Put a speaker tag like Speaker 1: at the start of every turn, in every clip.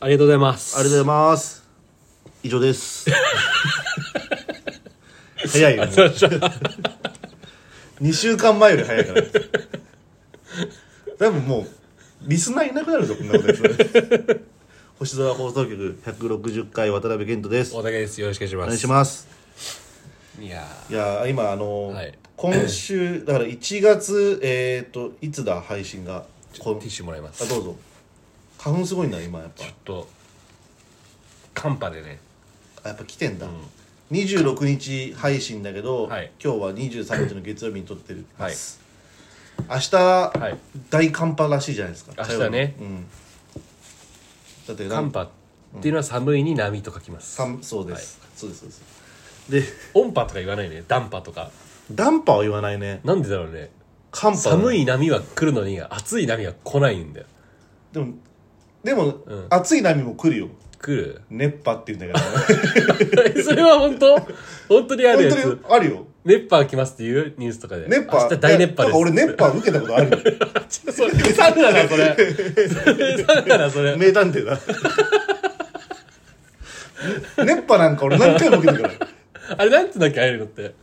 Speaker 1: ありがとうございます。
Speaker 2: ありがとうございます。以上 です。早 いよ。もう2週間前より早いから。多分もう、リスナーいなくなるぞ、こんなことやってたら 星空放送局160回渡辺健人です。お
Speaker 1: 大竹です。よろしくお願いします。
Speaker 2: 願いします。
Speaker 1: す。いや
Speaker 2: いやー、今、あのー
Speaker 1: はい
Speaker 2: 今 週、だから1月、えっ、と、いつだ、配信が。こ
Speaker 1: ー、ティッシュもらいます。
Speaker 2: あ、どうぞ。花粉すごいんだ、今、やっぱ。
Speaker 1: ちょっと、寒波でね、
Speaker 2: あやっぱ来てんだ、26日配信だけど、
Speaker 1: はい
Speaker 2: 今日は23日の月曜日に撮ってる
Speaker 1: はい
Speaker 2: 明日、
Speaker 1: い
Speaker 2: 大寒波らしいじゃないですか
Speaker 1: 明日ね
Speaker 2: 火曜日うんだってなん
Speaker 1: 寒波っていうのは寒いに波と書きます。
Speaker 2: 寒そうです、そうですそうですで
Speaker 1: 音波とか言わないね。暖波とか。
Speaker 2: 暖波は言わないね
Speaker 1: なんでだろうね。
Speaker 2: 寒波
Speaker 1: 寒
Speaker 2: い
Speaker 1: い波は来るのに、暑い波は来ないんだよ。
Speaker 2: でもでも、
Speaker 1: ん
Speaker 2: 暑い波も来るよ
Speaker 1: 来る
Speaker 2: 熱波って言うんだけど、
Speaker 1: それは本当本当 にあるや
Speaker 2: 本
Speaker 1: つ。
Speaker 2: 当にあるよ
Speaker 1: 熱波が来ますっていうニュースとかで。
Speaker 2: 熱波
Speaker 1: 明日大熱波で
Speaker 2: いやだから
Speaker 1: す。
Speaker 2: 俺熱波受けたことあるよ
Speaker 1: それ、サウナだ、それ。 サウナだ、それ。
Speaker 2: 名探偵だ 熱波なんか俺何回も受けてるから
Speaker 1: あれ、なんてなきゃあれのって。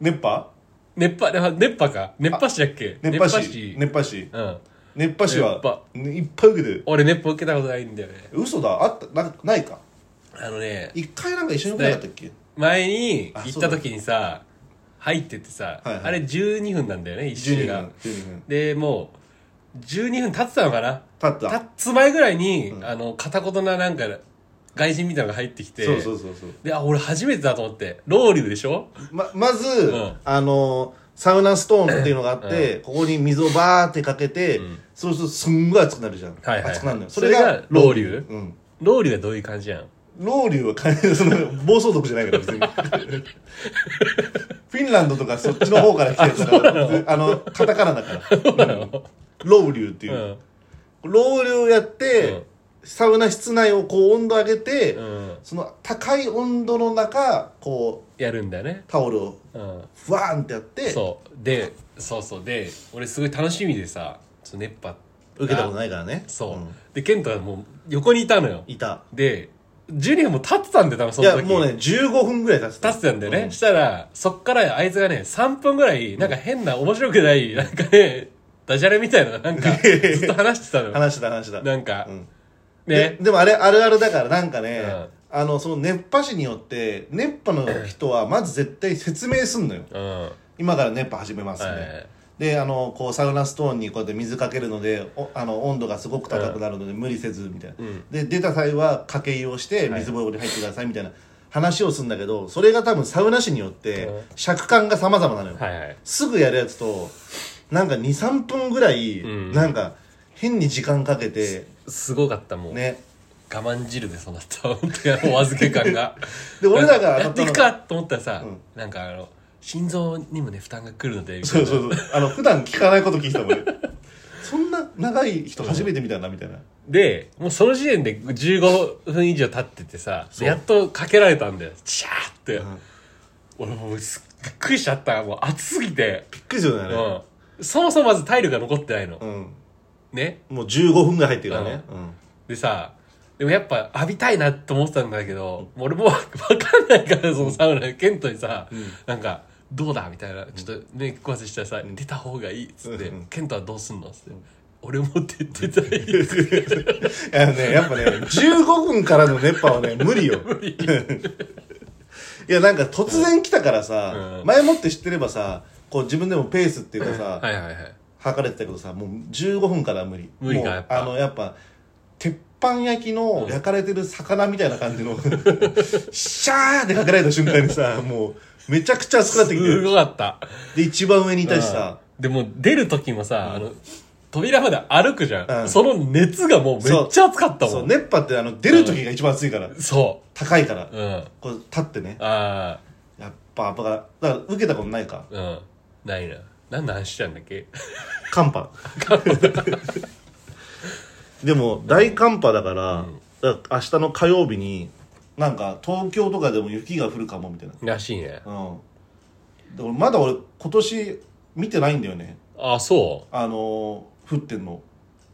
Speaker 2: 熱波
Speaker 1: 熱波、あ熱波か。熱波師だっけ
Speaker 2: 熱波師熱波師
Speaker 1: うん。
Speaker 2: 熱波師は
Speaker 1: 熱波
Speaker 2: ねいっぱい受けてる
Speaker 1: 俺熱波受けたことないんだよね。
Speaker 2: 嘘だあったなないか
Speaker 1: あのね、
Speaker 2: 一回なんか一緒に受けなかったっけ
Speaker 1: 前に
Speaker 2: あ
Speaker 1: 行った時にさ、入ってってさ、
Speaker 2: はいはい
Speaker 1: あれ12分なんだよね、一周
Speaker 2: 12
Speaker 1: が
Speaker 2: 分。12分
Speaker 1: で、もう、12分経ってたのかな
Speaker 2: 経った
Speaker 1: 経つ前ぐらいに、あの、片言ななんか、外人みたいなのが入ってきて、
Speaker 2: そうそうそうそう
Speaker 1: で、あ、俺初めてだと思って、ロウリュウでしょ
Speaker 2: ままず、
Speaker 1: ん
Speaker 2: あのサウナストーンっていうのがあって、ここに水をバーってかけて、そうするとすんごい熱くなるじゃん、
Speaker 1: はいはいはい
Speaker 2: 熱くなるのよ
Speaker 1: それがロウリュ
Speaker 2: うん
Speaker 1: ロウリュウはどういう感じやん
Speaker 2: ロウリュウは完全にその暴走族じゃないから 別にフィンランドとかそっちの方から来てるからあのカタカナだからロウリュウっていうう、
Speaker 1: ん。
Speaker 2: ロウリュウやって、サウナ室内をこう温度上げて、
Speaker 1: うん。
Speaker 2: その高い温度の中こ
Speaker 1: やるんだよね
Speaker 2: う。タオルを
Speaker 1: うん。
Speaker 2: ふわーんってやって
Speaker 1: そうでそうそうで俺すごい楽しみでさちょっと熱波
Speaker 2: 受けたこと
Speaker 1: い
Speaker 2: ないからね
Speaker 1: そう、
Speaker 2: ん
Speaker 1: で健太がもう横にいたのよ
Speaker 2: いた
Speaker 1: で12分も経ってたんだよ多分
Speaker 2: い
Speaker 1: その
Speaker 2: や
Speaker 1: 時
Speaker 2: もうね15分ぐらい経つ
Speaker 1: 経ってたんだよね、したらそっからあいつがね3分ぐらいなんか変な面白くないなんか ねダジャレみたいなのなんかずっと話してたのよ
Speaker 2: 話だ話だ
Speaker 1: なんか、
Speaker 2: うん
Speaker 1: ね
Speaker 2: ででもあれあるあるだからなんかね、
Speaker 1: うん
Speaker 2: あのその熱波師によって熱波の人はまず絶対説明すんのよ
Speaker 1: うんは
Speaker 2: 今から熱波始めますね、
Speaker 1: い
Speaker 2: であのこうサウナストーンにこうやって水かけるのでおあの温度がすごく高くなるので無理せずみたいな、
Speaker 1: ん
Speaker 2: で出た際は掛け湯をして水風呂に入ってくださいみたいな話をするんだけどそれが多分サウナ師によって
Speaker 1: うん
Speaker 2: 尺感が様々なのよ、
Speaker 1: はいはい
Speaker 2: すぐやるやつとなんか23分ぐらい、
Speaker 1: ん
Speaker 2: なんか変に時間かけて
Speaker 1: すごかったもう、
Speaker 2: ね
Speaker 1: 我慢汁でそうなった本当にあのお預け感が
Speaker 2: で俺らが
Speaker 1: やっていくかと思ったらさ、
Speaker 2: うん
Speaker 1: なんかあの心臓にもね負担がくるのでみたい
Speaker 2: そう
Speaker 1: な
Speaker 2: そうそうあの普段聞かないこと聞いてたもんねそんな長い人初めて見たなみたいな
Speaker 1: でもうその時点で15分以上経っててさでやっとかけられたんだよチャーって、
Speaker 2: ん
Speaker 1: 俺もうすっくりしちゃったもう暑すぎて、
Speaker 2: びっくりするよねあれ
Speaker 1: うん、そもそもまず体力が残ってないの、
Speaker 2: うん
Speaker 1: ね
Speaker 2: もう15分ぐらい入ってるからね、うん
Speaker 1: でさでもやっぱ浴びたいなって思ってたんだけど、もう俺もわかんないから、そのサウナ、ケントにさ、なんか、どうだみたいな、ちょっと目食わせしたらさ、出た方がいいっつって、
Speaker 2: うん
Speaker 1: ケントはどうすんのっつって、俺も出てたらいいっつって
Speaker 2: いやね、やっぱね、15分からの熱波はね、 無理よ。いや、なんか突然来たからさ、
Speaker 1: うん
Speaker 2: 前もって知ってればさ、こう自分でもペースっていうかさ、
Speaker 1: はいはいはい。
Speaker 2: 測れてたけどさ、もう15分からは無理。
Speaker 1: 無理か
Speaker 2: もう
Speaker 1: やっぱ
Speaker 2: あの、やっぱ、鉄板焼きの焼かれてる魚みたいな感じの、シャーってかけられた瞬間にさ、もう、めちゃくちゃ熱くなってき
Speaker 1: す
Speaker 2: て、
Speaker 1: ごかった。
Speaker 2: で、一番上にいたしさ、
Speaker 1: でも出る時もさ、あの、扉まで歩くじゃん。
Speaker 2: うん
Speaker 1: その熱がもうめっちゃ熱かったも。
Speaker 2: そうん熱波ってあの、出る時が一番熱いから、
Speaker 1: そ
Speaker 2: 高いから
Speaker 1: う。、うん。あ
Speaker 2: こう立ってね。
Speaker 1: あ
Speaker 2: やっぱ、だから、だから受けたことないか。
Speaker 1: ー、うん。ないな。何の話したんだっけ
Speaker 2: 寒波でも大寒波だから,、明日の火曜日になんか東京とかでも雪が降るかもみたいな
Speaker 1: らしいね。
Speaker 2: うんで俺まだ俺今年見てないんだよね
Speaker 1: ああ、そう。
Speaker 2: あのー降ってんの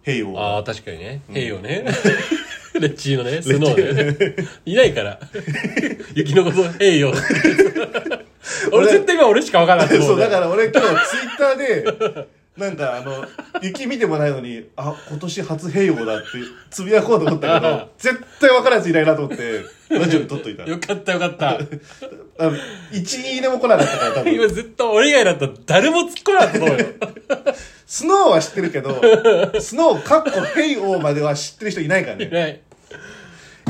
Speaker 2: 平洋
Speaker 1: ああ確かにね「へいよね」 レッチーのね、スノーね。いない から。雪のこと、ええ よ。俺絶対今俺しかわからんと思
Speaker 2: そうだ
Speaker 1: ら。
Speaker 2: から俺今日ツイッターでなんかあの雪見てもないのにあ今年初併用だってつぶやこうと思ったけど絶対分からずいないなと思ってラジオに撮っといた
Speaker 1: よかったよかった。
Speaker 2: あの1いいねも来なかったから多
Speaker 1: 今
Speaker 2: 分
Speaker 1: 絶対俺以外だったら誰も突っ込まなかったと思うよ。
Speaker 2: スノーは知ってるけどスノーかっこ併用までは知ってる人いないから
Speaker 1: い
Speaker 2: ね
Speaker 1: ない。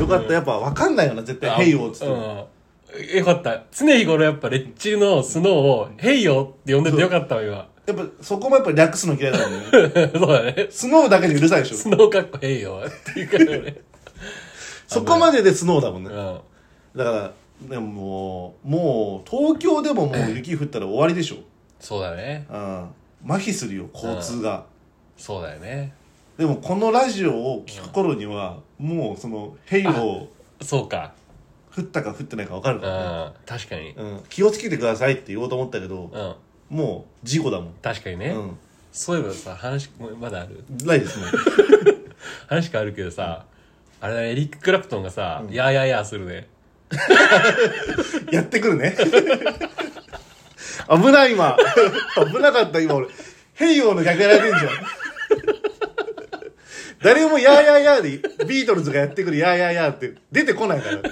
Speaker 2: よかったやっぱ分かんないよな絶対併用っつっても
Speaker 1: うん。よかった。常日頃やっぱレッチーのスノーを、ヘイよって呼んでてよかったわ、今。
Speaker 2: やっぱそこもやっぱ略すの嫌いだもんね
Speaker 1: そうだね。
Speaker 2: スノーだけでうるさいでし
Speaker 1: ス
Speaker 2: ょ
Speaker 1: ノーかっこヘイよっていうからね。
Speaker 2: そこまででスノーだもんね
Speaker 1: うん。
Speaker 2: だからでももうもう東京でももう雪降ったら終わりでしょ
Speaker 1: そうだね。
Speaker 2: うん麻痺するよ交通が、
Speaker 1: そうだよね。
Speaker 2: でもこのラジオを聞く頃には、もうその「ヘイを
Speaker 1: そうか。
Speaker 2: 降ったか降ってないか分かる
Speaker 1: う
Speaker 2: からね、
Speaker 1: ん。確かに。
Speaker 2: うん気をつけてくださいって言おうと思ったけど、
Speaker 1: うん。
Speaker 2: もう事故だもん、
Speaker 1: 確かにね。
Speaker 2: うん、
Speaker 1: そういえばさ、話、まだある
Speaker 2: ないですね
Speaker 1: 話変わるけどさ、あれだね、エリック・クラプトンがさ、やーやーやーするね。
Speaker 2: やってくるね危ない今危なかった今俺「ヘイヨーの逆やられてんじゃん誰も「やーやーやー」でビートルズがやってくる「やーやーやー」って出てこないから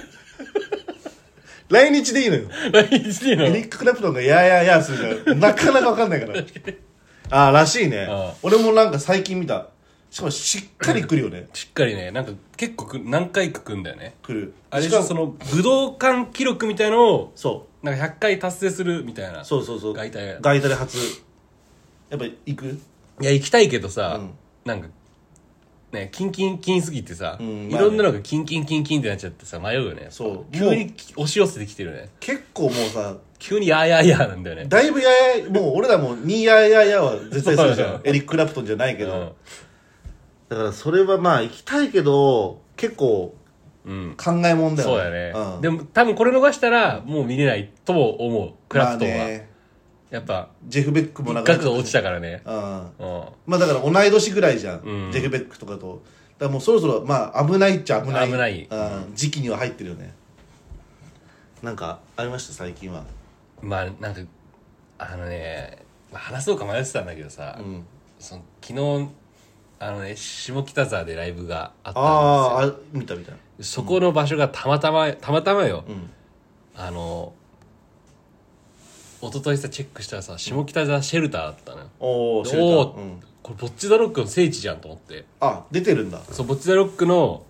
Speaker 2: 来日でいいのよ
Speaker 1: 毎日の。
Speaker 2: エリック・クラプトンが「やーやーやー」するじゃんなかなか分かんないからああらしいね
Speaker 1: ああ
Speaker 2: 俺もなんか最近見たしかもしっかり来るよね
Speaker 1: しっかりね、なんか結構く何回か来んだよね。
Speaker 2: 来る
Speaker 1: あれ
Speaker 2: し
Speaker 1: でし
Speaker 2: か
Speaker 1: ょ
Speaker 2: も
Speaker 1: その、武道館記録みたいのを、
Speaker 2: そ
Speaker 1: なんか100回達成するみたいな。
Speaker 2: うそうそうそう
Speaker 1: 外体
Speaker 2: 外体で初やっぱ行く
Speaker 1: いや、行きたいけどさ、
Speaker 2: うん
Speaker 1: なんか、ね、キンキンキンすぎてさ、
Speaker 2: ん
Speaker 1: いろんなのがキンキンキンキンってなっちゃってさ、迷うよね。
Speaker 2: そう
Speaker 1: 急に押し寄せてきてるよね。
Speaker 2: 結構もうさ
Speaker 1: 急にやーやーやーなんだよね。
Speaker 2: だいぶややもう俺らも「にやーやーやー」は絶対するじ
Speaker 1: そう
Speaker 2: ゃ
Speaker 1: だ
Speaker 2: ん
Speaker 1: よ
Speaker 2: エリック・クラプトンじゃないけ
Speaker 1: う
Speaker 2: ど、
Speaker 1: ん。
Speaker 2: だからそれはまあ行きたいけど結構
Speaker 1: うん。
Speaker 2: 考えもんだよ
Speaker 1: そうだね、
Speaker 2: ん
Speaker 1: でも多分これ逃したらもう見れないとも思うクラプトンは、
Speaker 2: まあね
Speaker 1: やっぱ
Speaker 2: ジェフ・ベックもな
Speaker 1: 一
Speaker 2: かな
Speaker 1: 角
Speaker 2: か
Speaker 1: が落ちたからね
Speaker 2: うん
Speaker 1: うん
Speaker 2: まあだから同い年ぐらいじゃん、
Speaker 1: うん
Speaker 2: ジェフ・ベックとかとだからもうそろそろまあ危ないっちゃ危ない
Speaker 1: 危ない
Speaker 2: うん、時期には入ってるよねなんかありました最近は
Speaker 1: まあなんかあのねまあ話そうか迷ってたんだけどさ、
Speaker 2: うん
Speaker 1: その昨日あのね下北沢でライブがあったん
Speaker 2: あーあ見た見た
Speaker 1: ですよそこの場所がたまたまたまたまよ、
Speaker 2: うん
Speaker 1: あの一昨日さチェックしたらさ下北沢シェルターだったのよ、
Speaker 2: おお
Speaker 1: で
Speaker 2: シェルタ
Speaker 1: お
Speaker 2: ー、
Speaker 1: ー
Speaker 2: うん、
Speaker 1: これボッチザロックの聖地じゃんと思って
Speaker 2: あ出てるんだ
Speaker 1: そうボッチザロックの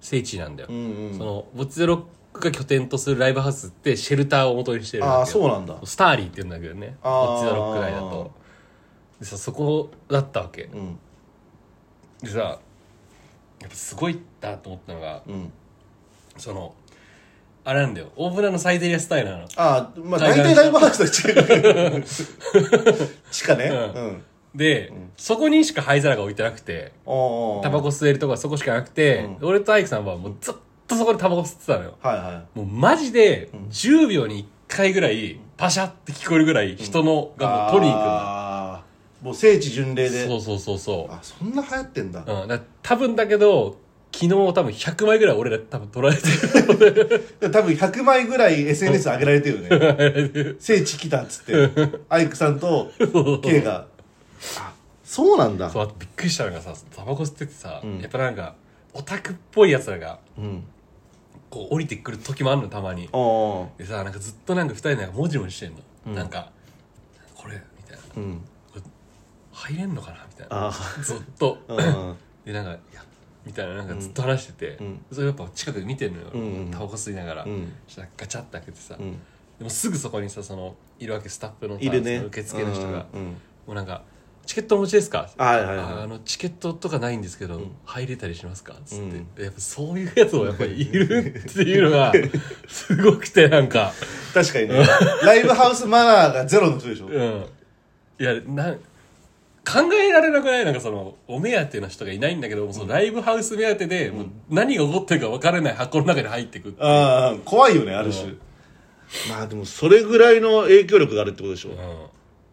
Speaker 1: 聖地なんだよ、
Speaker 2: うんうん
Speaker 1: そのボッチザロックが拠点とするライブハウスってシェルターを元にしてるんだけど
Speaker 2: ああそうなんだ
Speaker 1: スターリーって言うんだけどね
Speaker 2: あ
Speaker 1: ボ
Speaker 2: ー
Speaker 1: ッチザロック内だとでさそこだったわけ
Speaker 2: うん
Speaker 1: でさやっぱすごいなと思ったのが
Speaker 2: うん
Speaker 1: そのあれなんだよ大船のサイゼリアスタイルなの
Speaker 2: ああまあ
Speaker 1: 海
Speaker 2: 大
Speaker 1: 岸
Speaker 2: 体ライブハウスと違う 地下ね
Speaker 1: う
Speaker 2: うんん、
Speaker 1: で、そこにしか灰皿が置いてなくて
Speaker 2: おー
Speaker 1: タバコ吸えるとこはそこしかなくて、俺とアイクさんはもうずっとそこでタバコ吸ってたのよ
Speaker 2: はいは
Speaker 1: もうマジで10秒に1回ぐらいパシャって聞こえるぐらい人の
Speaker 2: い
Speaker 1: がもう取りに行くんだ
Speaker 2: あーもう聖地巡礼で
Speaker 1: そうそうそうそ
Speaker 2: あそんな流行ってんだ、
Speaker 1: う、うん、だ多分だけど昨日多分100枚ぐらい俺ら多分取られて る
Speaker 2: で多分100枚ぐらい SNS 上げられてるね 聖地来たっつってアイクさんと K があそうなんだ
Speaker 1: そうびっくりしたのがさタバコ吸っててさ、やっぱなんかオタクっぽいやつらが
Speaker 2: うん
Speaker 1: こう降りてくる時もあるのたまに
Speaker 2: ああ
Speaker 1: でさなんかずっとなんか2人でなんかもじもじしてんの、なんか「これ」みたいな
Speaker 2: うん
Speaker 1: 「入れんのかな?」みたいな
Speaker 2: あ
Speaker 1: ずっと
Speaker 2: あうん
Speaker 1: でなんか「いや」みたいななんかずっと話してて、
Speaker 2: ん
Speaker 1: それやっぱ近くで見てんのよ、
Speaker 2: んうん
Speaker 1: タバコ吸いながら、
Speaker 2: ん
Speaker 1: そしたらガチャって開けてさ、
Speaker 2: うん
Speaker 1: でもすぐそこにさそのいるわけスタッフのさ
Speaker 2: いるね
Speaker 1: その受付の人が、
Speaker 2: うんうん
Speaker 1: もうなんか「チケットお持ちですか?」
Speaker 2: はいはいはい
Speaker 1: ああのチケットとかないんですけど、入れたりしますか?」つって、
Speaker 2: うん
Speaker 1: やっぱそういうやつもやっぱりいるっていうの がすごくてなんか
Speaker 2: 確かにねライブハウスマナーがゼロの人でしょ
Speaker 1: うんいやなん考えられなくないなんかそのお目当ての人がいないんだけどもうそのライブハウス目当てで、もう何が起こってるか分からない箱の中に入ってくっていう
Speaker 2: ああ怖いよねある種まあでもそれぐらいの影響力があるってことでしょ
Speaker 1: うん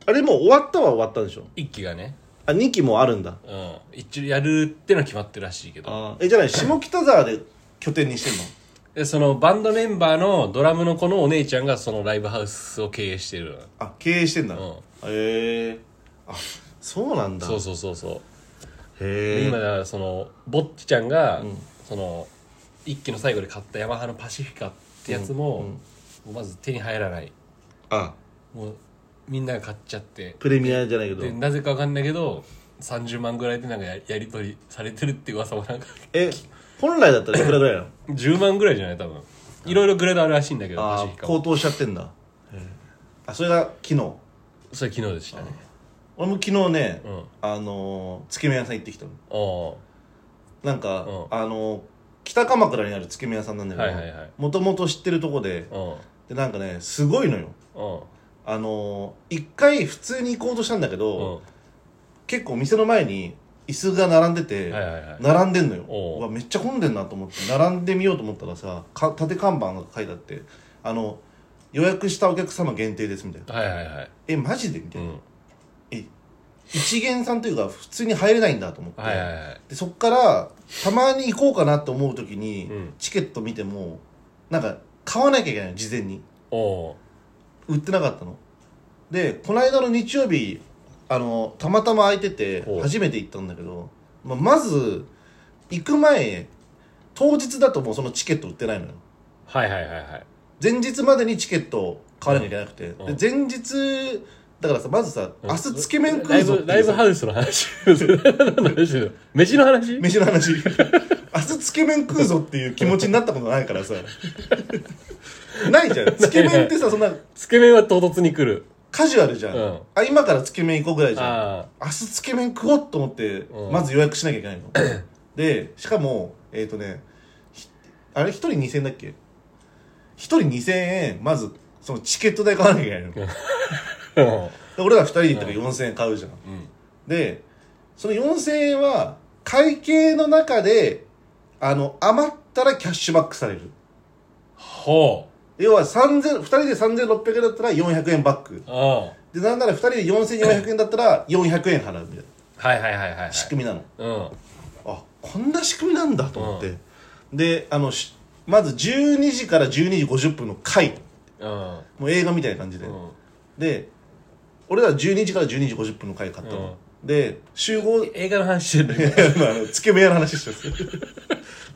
Speaker 2: あれもう終わったは終わったんでしょ
Speaker 1: 一気がね
Speaker 2: あ2期もあるんだ
Speaker 1: うん一応やるってのは決まってるらしいけど
Speaker 2: あーえじゃない下北沢で拠点にしてんの
Speaker 1: でそのバンドメンバーのドラムの子のお姉ちゃんがそのライブハウスを経営してる
Speaker 2: あ経営してんだ、
Speaker 1: う
Speaker 2: へ
Speaker 1: ん
Speaker 2: えあそうなんだ
Speaker 1: そうそうそうそう
Speaker 2: へ
Speaker 1: で
Speaker 2: え
Speaker 1: 今だからそのぼっちちゃんが、
Speaker 2: うん
Speaker 1: その一期の最後で買ったヤマハのパシフィカってやつも,、
Speaker 2: うんうん
Speaker 1: もうまず手に入らない
Speaker 2: あ
Speaker 1: もうみんなが買っちゃって
Speaker 2: プレミアじゃないけど
Speaker 1: でなぜかわかんないけど30万ぐらいでなんかややり取りされてるって噂もなんか
Speaker 2: え本来だったらいくらぐらいなの
Speaker 1: 10万ぐらいじゃない多分いろいろグレードあるらしいんだけどパ
Speaker 2: あ
Speaker 1: シフ
Speaker 2: あ
Speaker 1: ィカ
Speaker 2: 高
Speaker 1: も
Speaker 2: 騰しちゃってんだへーあそれが昨日
Speaker 1: それ昨日でしたね
Speaker 2: 俺も昨日ね、
Speaker 1: うん
Speaker 2: あのーつけ麺屋さん行ってきたの
Speaker 1: おー
Speaker 2: なんか、
Speaker 1: うん
Speaker 2: あのー北鎌倉にあるつけ麺屋さんなんだけど、
Speaker 1: はいはいはい
Speaker 2: もともと知ってるとこで
Speaker 1: お
Speaker 2: でなんかねすごいのよ
Speaker 1: ーお
Speaker 2: あのー一回普通に行こうとしたんだけ
Speaker 1: ー
Speaker 2: ど、
Speaker 1: お
Speaker 2: 結構店の前に椅子が並んでて、
Speaker 1: ーはいはいはい
Speaker 2: 並んでんのよ
Speaker 1: おう
Speaker 2: うわめっちゃ混んでんなと思って並んでみようと思ったらさか縦看板が書いてあってあの予約したお客様限定ですみたいな
Speaker 1: はいはいはい
Speaker 2: えマジでみた
Speaker 1: う
Speaker 2: いな、
Speaker 1: ん
Speaker 2: え一元さんというか普通に入れないんだと思って、
Speaker 1: はいはいはい
Speaker 2: でそっからたまに行こうかなって思う時に、
Speaker 1: うん
Speaker 2: チケット見てもなんか買わなきゃいけないの事前に
Speaker 1: おー
Speaker 2: 売ってなかったのでこの間の日曜日あのたまたま空いてて
Speaker 1: おう
Speaker 2: 初めて行ったんだけど、まあまず行く前当日だともうそのチケット売ってないのよ
Speaker 1: はいはいはいはい
Speaker 2: 前日までにチケットを買わなきゃいけなくて、
Speaker 1: んうん
Speaker 2: で前日だからさまずさ、
Speaker 1: うん
Speaker 2: 明日つけ麺食うぞってい
Speaker 1: ライ
Speaker 2: うさ
Speaker 1: ブライブハウスの話 何の話だよ飯の話
Speaker 2: 飯の話明日つけ麺食うぞっていう気持ちになったことないからさな いじゃんつけ麺ってさそんな
Speaker 1: つけ麺は唐突に来る
Speaker 2: カジュアルじゃん、
Speaker 1: うん
Speaker 2: あ今からつけ麺行こうぐらいじゃん
Speaker 1: あ
Speaker 2: 明日つけ麺食おうと思って
Speaker 1: うん
Speaker 2: まず予約しなきゃい けないのでしかもえっ、とねひあれ1人2000円だっけ1人2000円まずそのチケット代買わなきゃいけないので
Speaker 1: あうん
Speaker 2: 俺ら2人で行ったから4000円買うじゃん、
Speaker 1: うん
Speaker 2: でその4000円は会計の中であの余ったらキャッシュバックされる
Speaker 1: ほ
Speaker 2: 要は3000 2人で3600円だったら400円バック
Speaker 1: うあ
Speaker 2: でなんなら2人で4400円だったら400円払うみたい
Speaker 1: あはいはいはいはいはい
Speaker 2: な仕組みなの
Speaker 1: うん
Speaker 2: あこんな仕組みなんだと思って、であのしまず12時から12時50分の回
Speaker 1: うん
Speaker 2: もう映画みたいな感じで、
Speaker 1: うん
Speaker 2: で俺ら12時から12時50分の回買ったの、で集合
Speaker 1: 映画の話してる
Speaker 2: 今あのつけ麺屋の話してる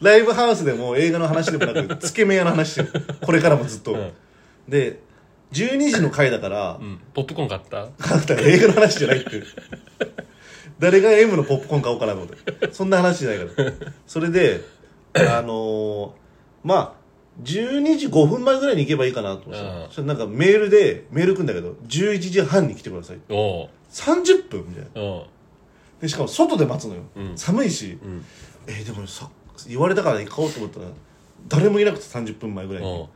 Speaker 2: ライブハウスでも映画の話でもなくつけ麺屋の話してるこれからもずっと、
Speaker 1: ん
Speaker 2: で12時の回だから
Speaker 1: う、んポップコーン買った
Speaker 2: だから映画の話じゃないっていう誰が M のポップコーン買おうかなと思ってそんな話じゃないからそれであのーまあ12時5分前ぐらいに行けばいいかなと思って
Speaker 1: うん
Speaker 2: そしたらなんかメールでメール来るんだけど11時半に来てください
Speaker 1: おう
Speaker 2: 30分みたいな
Speaker 1: うん
Speaker 2: でしかも外で待つのよ、
Speaker 1: うん
Speaker 2: 寒いし、
Speaker 1: うん
Speaker 2: えーでもさ言われたから行こうと思ったら誰もいなくて30分前ぐらいに
Speaker 1: おう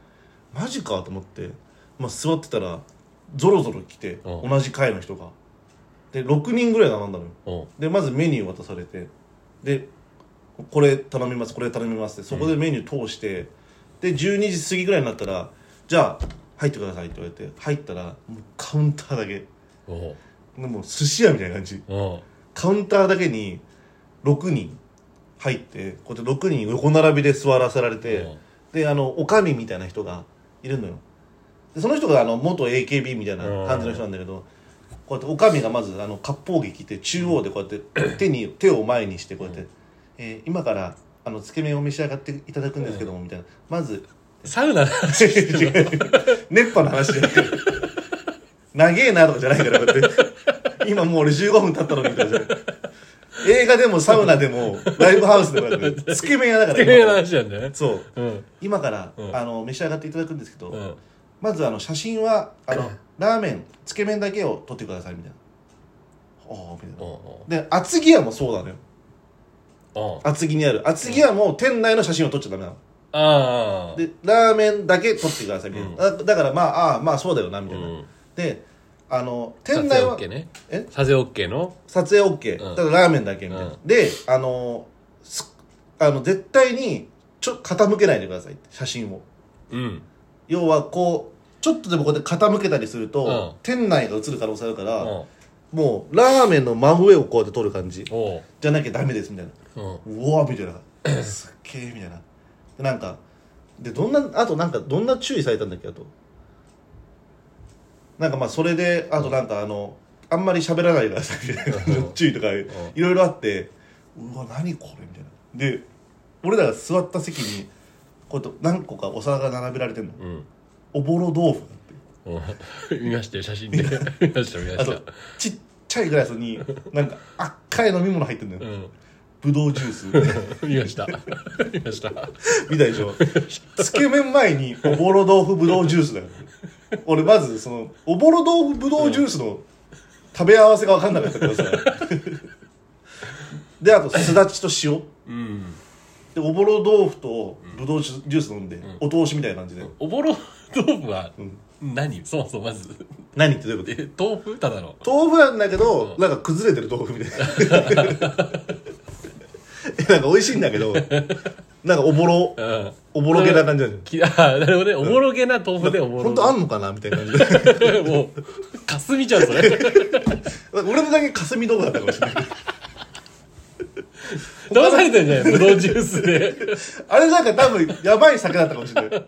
Speaker 2: マジかと思って、まあ、座ってたらゾロゾロ来て
Speaker 1: う
Speaker 2: 同
Speaker 1: ん
Speaker 2: じ階の人がで6人ぐらい並んだのよ
Speaker 1: おう
Speaker 2: でまずメニュー渡されてでこれ頼みますこれ頼みますってそこでメニュー通して、で12時過ぎぐらいになったらじゃあ入ってくださいって言われて入ったらもうカウンターだけ
Speaker 1: おう
Speaker 2: でもう寿司屋みたいな感じ
Speaker 1: おう
Speaker 2: カウンターだけに6人入ってこうやって6人横並びで座らせられて、
Speaker 1: うん
Speaker 2: であのおかみみたいな人がいるのよでその人があの元 AKB みたいな感じの人なんだけど、こうやっておかみがまずあの割烹着着て中央でこうやって 手に手を前にしてこうやって、えー今からあのつけ麺を召し上がっていただくんですけども、みたいなまず
Speaker 1: サウナの話
Speaker 2: 違う違う 熱波の話じゃないから長えなとかじゃないからこうやって今もう俺15分経ったのにみたいな映画でもサウナでもライブハウスでもなくつけ麺屋だから
Speaker 1: つけ麺の話なんだよね
Speaker 2: そう
Speaker 1: うん
Speaker 2: 今から、
Speaker 1: うん
Speaker 2: あの召し上がっていただくんですけど、
Speaker 1: うん
Speaker 2: まずあの写真は あのラーメンつけ麺だけを撮ってくださいみたいなおーみたい
Speaker 1: お
Speaker 2: な
Speaker 1: うおう
Speaker 2: で厚木屋もそうなのよ
Speaker 1: おう
Speaker 2: 厚木にある厚木屋も店内の写真を撮っちゃダメなの
Speaker 1: ああ
Speaker 2: でラーメンだけ撮ってくださいみたいな、だだからまああーまあそうだよなみたいな、
Speaker 1: うん
Speaker 2: であの
Speaker 1: 撮
Speaker 2: 店
Speaker 1: 影
Speaker 2: 内は
Speaker 1: OK ね
Speaker 2: え
Speaker 1: 撮影 OK の
Speaker 2: 撮影 OK、
Speaker 1: うん
Speaker 2: ただラーメンだけみたいな、
Speaker 1: うん
Speaker 2: であのすあの絶対にちょ傾けないでくださいって写真を
Speaker 1: うん
Speaker 2: 要はこうちょっとでもこうやって傾けたりすると、
Speaker 1: うん
Speaker 2: 店内が映る可能性あるから、
Speaker 1: うん
Speaker 2: もうラーメンの真上をこうやって取る感じ
Speaker 1: おう
Speaker 2: じゃなきゃダメですみたいな
Speaker 1: うん
Speaker 2: うわみたいな すっげえみたいなでなんかでどんなあとなんかどんな注意されたんだっけあとなんかまあそれであとなんかあのあんまり喋らないでくださいみたいな
Speaker 1: うん
Speaker 2: 注意とかいろいろあってうわ何これみたいなで俺らが座った席にこうやって何個かお皿が並べられてんの
Speaker 1: うん
Speaker 2: おぼろ豆腐だって
Speaker 1: うん見ましたよ写真で見ました見ま
Speaker 2: あ
Speaker 1: し
Speaker 2: と
Speaker 1: た
Speaker 2: ちっちゃいグラスになんか赤い飲み物入ってんだよ、
Speaker 1: うん
Speaker 2: ぶどうジュー ス
Speaker 1: 見ました見ました
Speaker 2: 見たでしょつけ麺前におぼろ豆腐ぶどうジュースだよ俺まずそのおぼろ豆腐ぶどうジュースの食べ合わせが分かんなかったからさであとすだちと塩
Speaker 1: うん
Speaker 2: でおぼろ豆腐とぶどうジュース飲んで、お通しみたいな感じで、
Speaker 1: おぼろ豆腐は何そもそもまず
Speaker 2: 何ってどういうこと
Speaker 1: え豆腐ただの
Speaker 2: 豆腐なんだけど、なんか崩れてる豆腐みたいなえなんか美味しいんだけどなんかおぼろ
Speaker 1: うん
Speaker 2: おぼろげな感じなんじゃん
Speaker 1: きあーなるほどねおぼろげな豆腐でおぼろ
Speaker 2: 本当あんのかなみたいな感じで
Speaker 1: もうかすみちゃ んそれ
Speaker 2: 俺のだけ霞豆腐だったかもしれない
Speaker 1: 騙されてんじゃないぶどうジュースで
Speaker 2: あれなんか多分やばい酒だったかもしれない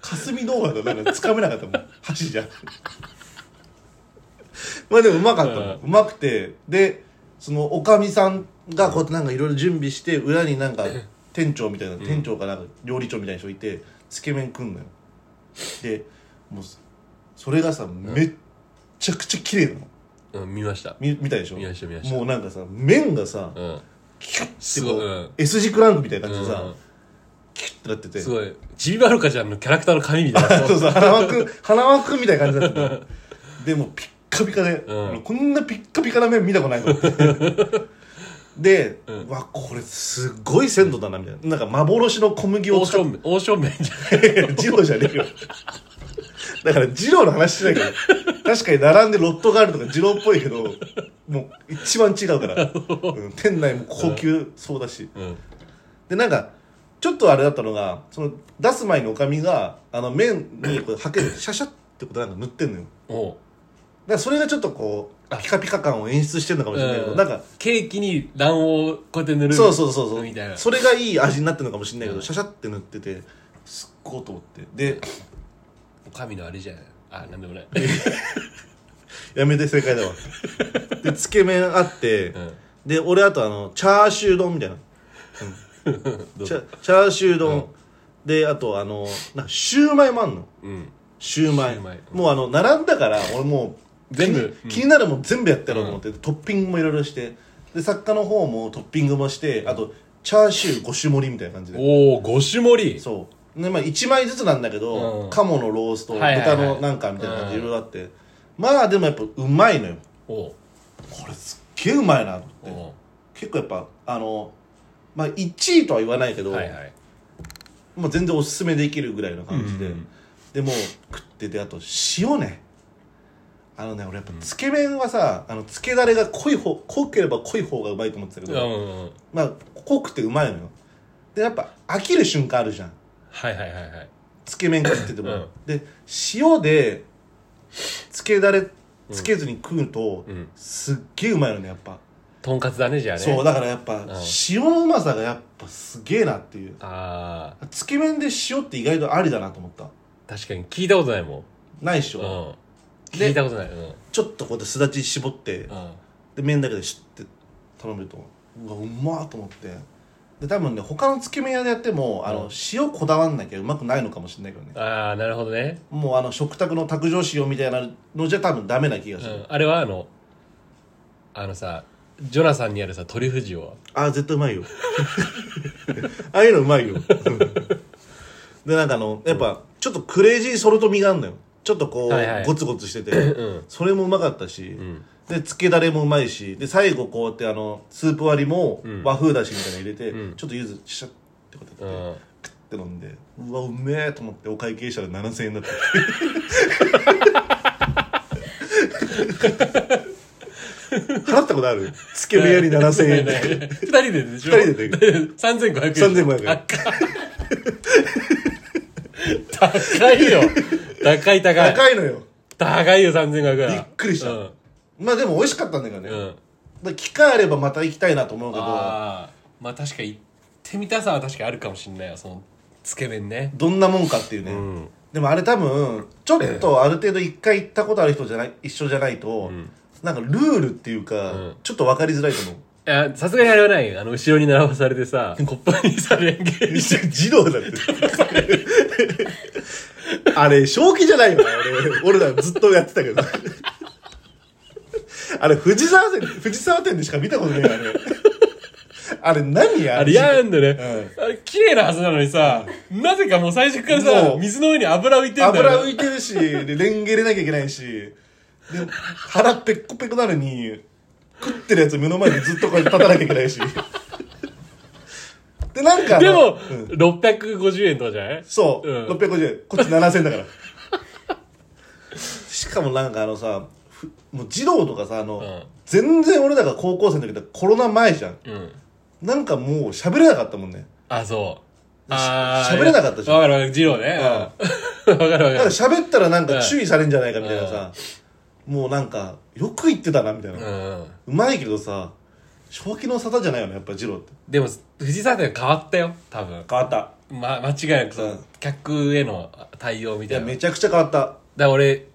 Speaker 2: 霞動画だとなんかつかめなかったもん箸じゃまあでもうまかったもん、うまくてでそのおかみさんがこうやってなんかいろいろ準備して裏になんか店長みたいな、店長かなんか料理長みたいな人いてつけ麺食んのよでもうそれがさ、めっちゃくちゃ綺麗なの
Speaker 1: うん見ました
Speaker 2: 見見たでしょ
Speaker 1: 見ました見ました
Speaker 2: もうなんかさ麺がさ、
Speaker 1: うん
Speaker 2: キュッて
Speaker 1: す
Speaker 2: こ
Speaker 1: ご
Speaker 2: う、
Speaker 1: いうん
Speaker 2: S 字クランクみたいな感じでさ、
Speaker 1: うん
Speaker 2: キュッてなってて
Speaker 1: すごいちびまるかちゃんのキャラクターの髪みたいな
Speaker 2: そうそう、花輪くん、花輪くんみたいな感じだ った。でも、ピッカピカで、
Speaker 1: うん
Speaker 2: こんなピッカピカな面見たことない と思って。で、うわ、これすごい鮮度だな、みたいな。なんか幻の小麦を
Speaker 1: 王
Speaker 2: 使っ
Speaker 1: 将麺王将麺じゃ ない
Speaker 2: て、ジローじゃねえよ。だから、ジローの話してないから。確かに並んでロットがあるとかジローっぽいけど、もう一番違うから。うん店内も高級そうだし。
Speaker 1: うん
Speaker 2: でなんかちょっとあれだったのがその出す前におかみがあの麺にこうはけるシャシャってことなんか塗ってんのよだか
Speaker 1: おう
Speaker 2: らそれがちょっとこうピカピカ感を演出してるのかもしれないけど、
Speaker 1: うん
Speaker 2: なんか
Speaker 1: ケーキに卵黄をこうやって塗る
Speaker 2: そうそうそうそう
Speaker 1: みたいな
Speaker 2: それがいい味になってるのかもしれないけど、
Speaker 1: うん
Speaker 2: シャシャって塗っててすっごいと思ってで
Speaker 1: 神のあれじゃないあなんでもない
Speaker 2: やめて正解 だわでつけ麺あって、
Speaker 1: ん
Speaker 2: で俺あとあのチャーシュー丼みたいな、うんチャチャーシュー丼、であとあのなんかシューマイもあんの
Speaker 1: うん
Speaker 2: シューマイ
Speaker 1: シューマイ
Speaker 2: もうあの並んだから俺もう
Speaker 1: 全部
Speaker 2: 気に,、なるもん全部やってやろうと思って、トッピングもいろいろしてで作家の方もトッピングもしてあとチャーシュー5種盛りみたいな感じで
Speaker 1: おお五種盛り
Speaker 2: そうで、まあ、1枚ずつなんだけど、
Speaker 1: うん
Speaker 2: 鴨のロースト
Speaker 1: はいはいはい
Speaker 2: 豚のなんかみたいな感じでいろいろあって、まあでもやっぱうまいのよ
Speaker 1: おう
Speaker 2: これすっげえうまいなと思って
Speaker 1: お
Speaker 2: 結構やっぱあのまあ1位とは言わないけ
Speaker 1: う
Speaker 2: ど、
Speaker 1: はいはい
Speaker 2: まあ、全然おすすめできるぐらいの感じで、
Speaker 1: うん
Speaker 2: でもう食ってであと塩ねあのね俺やっぱつけ麺はさ、あのつけだれが濃い方濃ければ濃い方がうまいと思ってたけ
Speaker 1: う
Speaker 2: ど、
Speaker 1: んうんうん
Speaker 2: まあ濃くてうまいのよでやっぱ飽きる瞬間あるじゃん
Speaker 1: はいはいはいはい
Speaker 2: つけ麺食ってても、
Speaker 1: うん
Speaker 2: で塩でつけだれつけずに食うと、
Speaker 1: うん
Speaker 2: すっげえうまいのねやっぱ、
Speaker 1: とんかつだねじゃあね
Speaker 2: そうだからやっぱ、
Speaker 1: ん
Speaker 2: 塩のうまさがやっぱすげえなっていう
Speaker 1: ああ
Speaker 2: つけ麺で塩って意外とありだなと思った
Speaker 1: 確かに聞いたことないもん
Speaker 2: ないっしょ、
Speaker 1: うん
Speaker 2: で
Speaker 1: 聞いたことないうん
Speaker 2: ちょっとこうやってすだち絞って
Speaker 1: うん
Speaker 2: で麺だけでシュッて頼むとうわうまーと思ってで多分ね他のつけ麺屋でやってもあの、
Speaker 1: うん
Speaker 2: 塩こだわんなきゃうまくないのかもしれないけどね
Speaker 1: ああなるほどね
Speaker 2: もうあの食卓の卓上塩みたいなのじゃ多分ダメな気が
Speaker 1: う
Speaker 2: する、
Speaker 1: んあれはあのあのさジョナサンにあるさトリュフ塩は
Speaker 2: ああ絶対うまいよ ああいうのうまいよでなんかあのやっぱちょっとクレイジーソルト味があんのよちょっとこう、
Speaker 1: はいはい
Speaker 2: ゴツゴツしてて、
Speaker 1: うん
Speaker 2: それもうまかったし、
Speaker 1: ん
Speaker 2: でつけだれもうまいしで最後こうやってあのスープ割りも
Speaker 1: ん
Speaker 2: 和風だしみたいなの入れて、
Speaker 1: うん
Speaker 2: ちょっと柚子シャッってことやって、
Speaker 1: う
Speaker 2: ク
Speaker 1: ん
Speaker 2: ッて飲んでうわうめえと思ってお会計したら7000円だった 払ったことあるつけ麺屋に7000円で
Speaker 1: 2人ででしょ
Speaker 2: 二人でで
Speaker 1: 3500円
Speaker 2: 3500円
Speaker 1: 高いよ高い高い
Speaker 2: 高いのよ
Speaker 1: 高いよ3500円
Speaker 2: びっくりした
Speaker 1: うん
Speaker 2: まあでも美味しかったんだけどね、
Speaker 1: うん
Speaker 2: で機会あればまた行きたいなと思うけど
Speaker 1: ああまあ確かに行ってみたさは確かにあるかもしんないよそのつけ麺ね
Speaker 2: どんなもんかっていうね、
Speaker 1: うん
Speaker 2: でもあれ多分ちょっとある程度一回行ったことある人じゃない一緒じゃないと、なんかルールっていうか、
Speaker 1: うん
Speaker 2: ちょっと分かりづらいと思う
Speaker 1: いやさすがにあれはないよあの後ろに並ばされてさ コップにされんけ
Speaker 2: 児童だってあれ正気じゃないよな俺俺らずっとやってたけどあれ藤沢店藤沢店でしか見たことないあれあれ何や
Speaker 1: あれやんだね、
Speaker 2: う
Speaker 1: あれ綺麗なはずなのにさ、なぜかもう最初から
Speaker 2: も
Speaker 1: さ
Speaker 2: う
Speaker 1: 水の上に油浮いてんだよね
Speaker 2: 油浮いてるし、で、レンゲ入れなきゃいけないし、で、腹ペッコペコなのに、食ってるやつ目の前にずっとこうやって立たなきゃいけないし。で、なんかあの、
Speaker 1: でも、
Speaker 2: うん
Speaker 1: 650円とかじゃない
Speaker 2: そう、
Speaker 1: うん
Speaker 2: 650円。こっち7000円だから。 しかもなんかあのさ、ふもう児童とかさ、あの、
Speaker 1: ん
Speaker 2: 全然俺らが高校生の時だコロナ前じゃん。
Speaker 1: うん。
Speaker 2: なんかもう喋れなかったもんね。
Speaker 1: あ、そう。
Speaker 2: し
Speaker 1: あー
Speaker 2: 喋れなかったじゃん
Speaker 1: わかるわかる、ジローね。うん。わかるわ
Speaker 2: なん
Speaker 1: か
Speaker 2: か
Speaker 1: る。
Speaker 2: 喋ったらなんか注意されんじゃないかみたいなさ、もうなんか、よく言ってたなみたいな。
Speaker 1: うん。
Speaker 2: うまいけどさ正気の沙汰じゃないよねやっぱ二郎って
Speaker 1: でも、藤沢店変わったよ、多分。
Speaker 2: 変わった
Speaker 1: ま、間違いなくその
Speaker 2: うん
Speaker 1: 客への対応み
Speaker 2: い
Speaker 1: たい
Speaker 2: や
Speaker 1: な。
Speaker 2: めちゃくちゃ変わった
Speaker 1: だから俺、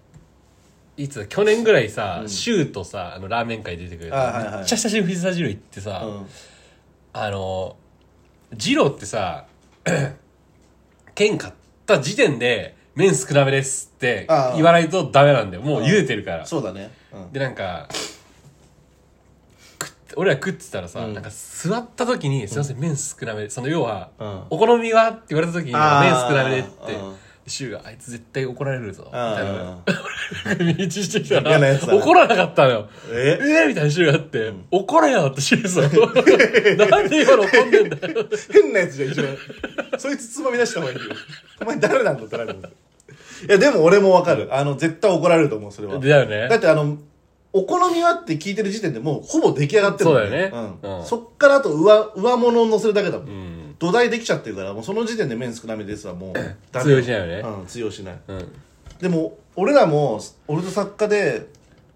Speaker 1: いつだ、去年ぐらいさ、シューとさ、あの、ラーメン会出てくれ
Speaker 2: あはい
Speaker 1: た。
Speaker 2: はい
Speaker 1: めっちゃ久しぶりに藤沢ジロー行ってさ、
Speaker 2: うん
Speaker 1: あの、ジローってさ、 剣買った時点で、麺少なめですって
Speaker 2: あー
Speaker 1: 言わないとダメなんだよ。もう茹でてるから。
Speaker 2: そうだねうん
Speaker 1: で、なんか、食って俺ら食ってたらさ、なんか座った時に、すいません、麺少なめで、その要は、
Speaker 2: うん
Speaker 1: お好みはって言われた時に、麺
Speaker 2: あー
Speaker 1: 少なめでって、
Speaker 2: うん
Speaker 1: でシュウが、あいつ絶対怒られるぞ、み
Speaker 2: うん
Speaker 1: たい な。道してきた
Speaker 2: 嫌な
Speaker 1: ら、
Speaker 2: やつだね
Speaker 1: 怒らなかったのよ。え
Speaker 2: え
Speaker 1: ー、みたいなシュウがあって、怒れよってシュウさん。なんで今の怒んでんだよ。
Speaker 2: 変なやつじゃん一番そいつつまみ出した方がいいよお前誰なんだってなるもんいやでも俺もわかるあの絶対怒られると思うそれは
Speaker 1: だよね
Speaker 2: だってあのお好みはって聞いてる時点でもうほぼ出来上がってるもん
Speaker 1: そうだよね
Speaker 2: うん
Speaker 1: うん
Speaker 2: そっからあと上上物を乗せるだけだもん、
Speaker 1: ん
Speaker 2: 土台できちゃってるからもうその時点で麺少なめですは もうダメ
Speaker 1: 通用しないよね
Speaker 2: うん通用しない
Speaker 1: うん。
Speaker 2: でも俺らも俺と作家で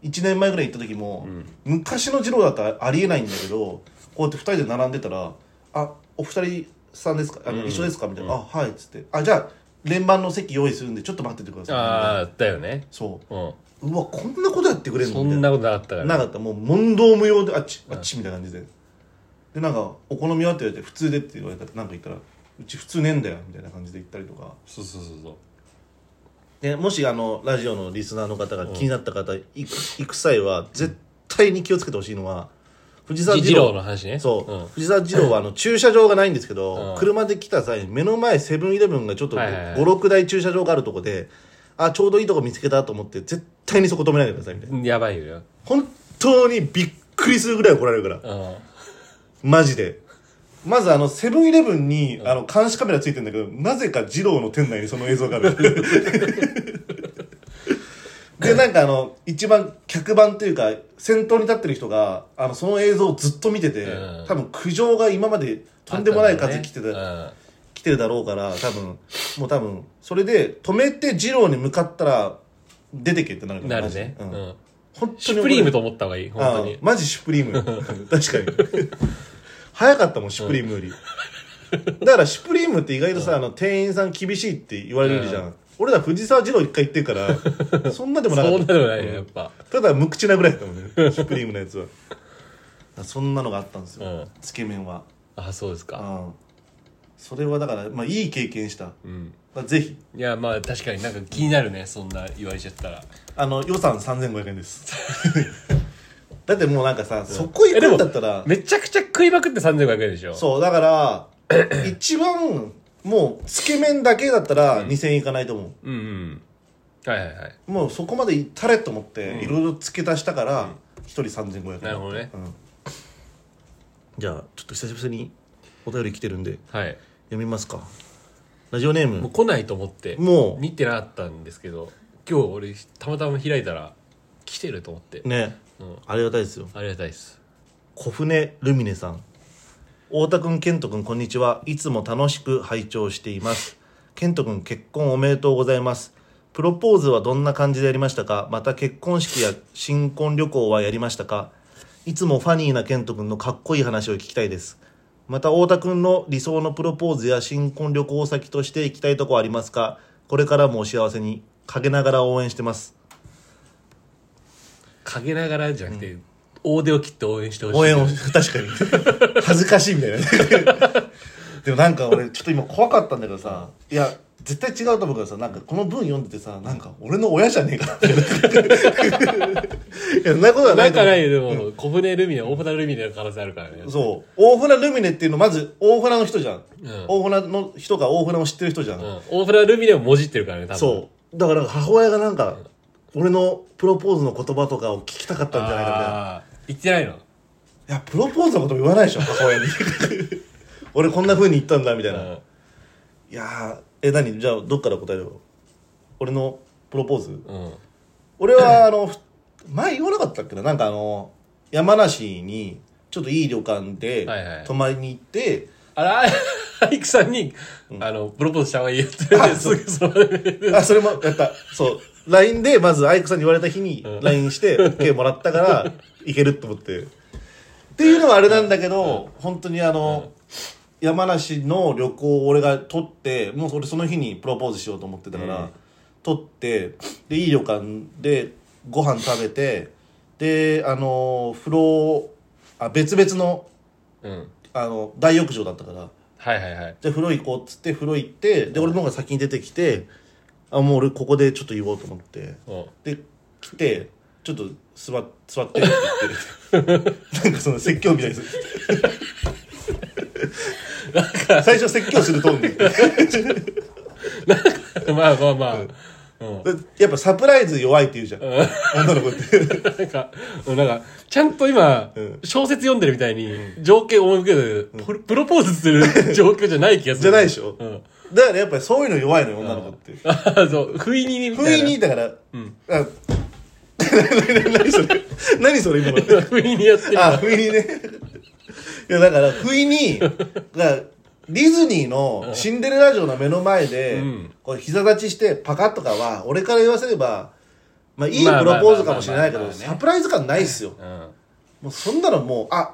Speaker 2: 1年前ぐらい行った時も、昔の二郎だったらありえないんだけどこうやって2人で並んでたら「あお二人さんですかあの、一緒ですか?」みたいな「あはい」っつって「あじゃあ連番の席用意するんでちょっと待っててください」
Speaker 1: ああ、だよね。
Speaker 2: そう
Speaker 1: うん。
Speaker 2: 「うわこんなことやってくれるの?」
Speaker 1: そ
Speaker 2: みたい
Speaker 1: ん
Speaker 2: な
Speaker 1: なことなかったから。
Speaker 2: なかったもう問答無用で「あっちあっち」みたいな感じででなんか「お好みは?」って言われて「普通で」って言われたなんか言ったら「うち普通ねえんだよ」みたいな感じで言ったりとか
Speaker 1: そうそうそうそう。
Speaker 2: ね、もしあのラジオのリスナーの方が気になった方、行く行く際は絶対に気をつけてほしいのは藤沢
Speaker 1: じ
Speaker 2: 二
Speaker 1: 二郎の
Speaker 2: 郎
Speaker 1: 話ね。
Speaker 2: そう、
Speaker 1: うん。
Speaker 2: 藤沢二郎はあの駐車場がないんですけど、
Speaker 1: うん
Speaker 2: 車で来た際に目の前セブンイレブンがちょっと
Speaker 1: はいはいはい
Speaker 2: 56台駐車場があるとこであちょうどいいとこ見つけたと思って絶対にそこ止めないでくださいみたいな
Speaker 1: やばいよ。
Speaker 2: 本当にびっくりするぐらい怒られるから
Speaker 1: うん。
Speaker 2: マジでまずあのセブンイレブンにあの監視カメラついてるんだけどなぜか二郎の店内にその映像が あるでなんかあの一番客番というか先頭に立ってる人があのその映像をずっと見てて、
Speaker 1: うん
Speaker 2: 多分苦情が今までとんでもない数来てた、
Speaker 1: うん。
Speaker 2: 来てるだろうから多分もう多分それで止めて二郎に向かったら出てけってなるから
Speaker 1: なるね。う
Speaker 2: マジでうん
Speaker 1: ん。
Speaker 2: 本当に
Speaker 1: シュプリームと思った方がいい、本当
Speaker 2: あ
Speaker 1: に
Speaker 2: あ。マジシュプリーム よ確かに早かったもんシュプリームより、だからシュプリームって意外とさ、あの店員さん厳しいって言われるじゃん、俺ら藤沢二郎一回行ってるから そんなでもなか
Speaker 1: そ
Speaker 2: っ
Speaker 1: うな
Speaker 2: た
Speaker 1: でもないよ、やっぱ。
Speaker 2: ただ無口なぐらいだったもんねシュプリームのやつはそんなのがあったんですよ、
Speaker 1: うん
Speaker 2: つけ麺は、
Speaker 1: あ、そうです
Speaker 2: う
Speaker 1: か。
Speaker 2: ん、それはだから、まあ、いい経験した、
Speaker 1: うん。
Speaker 2: まあ、ぜひ
Speaker 1: いや、まあ確かになんか気になるね、そんな言われちゃったら。
Speaker 2: あの予算3500円です だってもうなんかさ、そこ行くんだったら
Speaker 1: めちゃくちゃ食いまくって3500円でしょ。
Speaker 2: そう、だ から、一番、もう、つけ麺だけだったら2000円いかないと思
Speaker 1: う。うんうん。はいはいはい。
Speaker 2: う。もうそこまでいったれと思って、いろいろ付け足したから、一人3500円。
Speaker 1: なるほどね
Speaker 2: うん。じゃあ、ちょっと久しぶりにお便り来てるんで、
Speaker 1: はい。
Speaker 2: 読みますか。ラジオネー
Speaker 1: もう
Speaker 2: ム、
Speaker 1: 来ないと思って、
Speaker 2: もう
Speaker 1: 見てなかったんですけど、今日俺、たまたま開いたら、来てると思って。
Speaker 2: ね、
Speaker 1: うん
Speaker 2: ありがたいですよ。
Speaker 1: ありがたいです。
Speaker 2: 小船ルミネさん太田君健人君こんにちはいつも楽しく拝聴しています健人君結婚おめでとうございますプロポーズはどんな感じでやりましたかまた結婚式や新婚旅行はやりましたかいつもファニーな健人君のかっこいい話を聞きたいです。また太田君の理想のプロポーズや新婚旅行先として行きたいとこありますかこれからもお幸せに陰ながら応援してます。
Speaker 1: 陰ながらじゃなくて、大手を切って応援してほしい
Speaker 2: 応援を、 確かに。恥ずかしいみたいなね。 でもなんか俺、ちょっと今怖かったんだけどさ、いや、絶対違うと思うけどさ、なんかこの文読んでてさ、なんか俺の親じゃねえかって。 いや、そんなことはな
Speaker 1: ないん
Speaker 2: と
Speaker 1: か
Speaker 2: 思
Speaker 1: な
Speaker 2: う。
Speaker 1: いよでも、小舟ルミネ大船ルミネの可能性あるからね
Speaker 2: そう。大船ルミネっていうの、まず大船の人じゃん。
Speaker 1: ん
Speaker 2: 大船の人が大船を知ってる人じゃん。
Speaker 1: うん大船ルミネをもじってるからね多分
Speaker 2: そう。だから母親がなんか、俺のプロポーズの言葉とかを聞きたかったんじゃないかみたいな。
Speaker 1: あー言ってないの
Speaker 2: いや、プロポーズのことも言わないでしょ、母親に。俺こんな風に言ったんだ、みたいな。いやーえ何じゃあどっから答えるよ俺のプロポーズ
Speaker 1: うん、うん、
Speaker 2: 俺はあのふ前言わなかったっけななんかあの山梨にちょっといい旅館で
Speaker 1: はいはい
Speaker 2: 泊まりに行って、
Speaker 1: あらアイクさんに、あのプロポーズした方がいいよって言ってすぐその場で
Speaker 2: あそれもやったそう LINE でまずアイクさんに言われた日に LINE して OK もらったから行けると思ってっていうのはあれなんだけど、本当にあの、山梨の旅行を俺が取ってもう俺その日にプロポーズしようと思ってたから、
Speaker 1: うん
Speaker 2: 取ってでいい旅館でご飯食べてであの風呂あ別々の
Speaker 1: うん
Speaker 2: あの大浴場だったか
Speaker 1: は
Speaker 2: ら
Speaker 1: いはいはい
Speaker 2: じゃあ風呂行こうっつって風呂行ってで俺の方が先に出てきてあもう俺ここでちょっと言おうと思って
Speaker 1: うん
Speaker 2: で来てちょっと座座ってって言ってなんかその説教みたいです最初説教するトーンで
Speaker 1: まあまあまあ、うん
Speaker 2: やっぱサプライズ弱いって言うじゃん女の子って
Speaker 1: なんか、うんなんか、ちゃんと今、
Speaker 2: うん
Speaker 1: 小説読んでるみたいに、情景を思い浮ける、プロプロポーズす る状況じゃない気がする。
Speaker 2: じゃないでしょ
Speaker 1: うん。
Speaker 2: だからやっぱりそういうの弱いのよ女の子って
Speaker 1: あーそう、不意にみた
Speaker 2: 不
Speaker 1: い
Speaker 2: 意
Speaker 1: な。
Speaker 2: にだから、あ 何それ何それ今の
Speaker 1: 不意にやってる。
Speaker 2: あ、不意にね。いや、だから、不意に、だからディズニーのシンデレラ城の目の前で、
Speaker 1: ん
Speaker 2: こう膝立ちしてパカッとかは、俺から言わせれば、まあ、いいプ
Speaker 1: まあ
Speaker 2: ロポーズかもしれないけ
Speaker 1: ま
Speaker 2: ど、
Speaker 1: あまあまあまあ
Speaker 2: サプライズ感ないっすよ。
Speaker 1: うん。
Speaker 2: もう、そんなのもう、あ、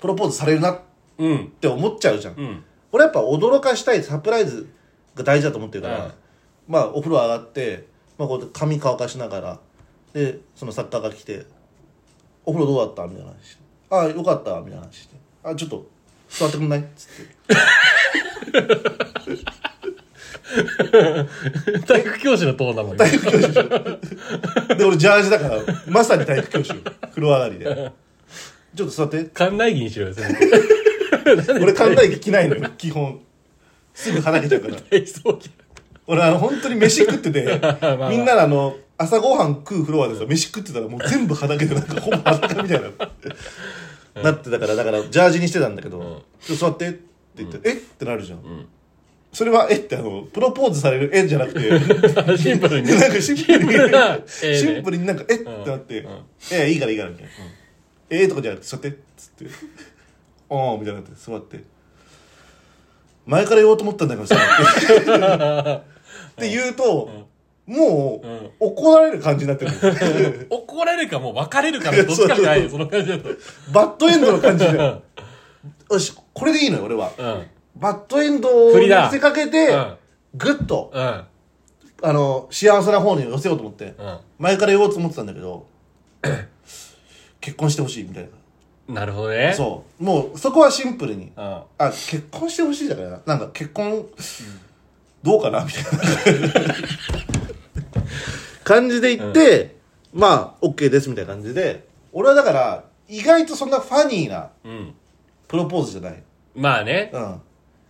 Speaker 2: プロポーズされるなっ
Speaker 1: うん。
Speaker 2: て思っちゃうじゃん。
Speaker 1: うん。
Speaker 2: 俺やっぱ驚かしたいサプライズが大事だと思ってるから、
Speaker 1: うん
Speaker 2: まあお風呂上がって、まあ、こうやって髪乾かしながらでその作家が来て「お風呂どうだった?」みたいな話して「ああよかった」みたいな話して「あちょっと座ってくんない?」っつって
Speaker 1: 体育教師の塔だもん、今
Speaker 2: 体育教師でしょで俺ジャージだからまさに体育教師よ風呂上がりで「ちょっと座って
Speaker 1: 館内着にしろよ、それ。」
Speaker 2: 俺艦隊着ないのよ基本すぐ離れちゃうから
Speaker 1: 体操着。
Speaker 2: 俺あの本当に飯食ってて
Speaker 1: あ まあ
Speaker 2: みんなのあの朝ごはん食うフロアでさ飯食ってたらもう全部裸でなんかほぼ裸みたいななってだからだからジャージにしてたんだけど、ちょっと座ってって言って、えってなるじゃん、それはえってあのプロポーズされるえじゃなくて
Speaker 1: シンプルにね。
Speaker 2: なんかシンプルに
Speaker 1: ルなええね
Speaker 2: シンプルになんかえってなって、ええいいからいいからみたいな、ええとかじゃなくて座ってっつっておーみたいになって座って前から言おうと思ったんだけどさって言うと、もう、怒られる感じになってる
Speaker 1: 怒られるかもう別れるかもどっちかじゃないよ、その感じだと。
Speaker 2: バッドエンドの感じじゃんよしこれでいいのよ俺は、
Speaker 1: うん。
Speaker 2: バッドエンドを
Speaker 1: 振り
Speaker 2: 見
Speaker 1: だ
Speaker 2: せかけて、
Speaker 1: うん
Speaker 2: グッと
Speaker 1: うん。
Speaker 2: あの幸せな方に寄せようと思って、
Speaker 1: う
Speaker 2: 前から言おうと思ってたんだ けど結婚してほしいみたい
Speaker 1: ん。なるほど
Speaker 2: な
Speaker 1: ね。
Speaker 2: そうもうそこはシンプルに
Speaker 1: う。うん。
Speaker 2: あ結婚してほしいだからななんか結婚どうかなみたいな 感じで言って、まあ OK ですみたいな感じで俺はだから意外とそんなファニーな
Speaker 1: うん。
Speaker 2: プロポーズじゃない、
Speaker 1: まあね。
Speaker 2: うん、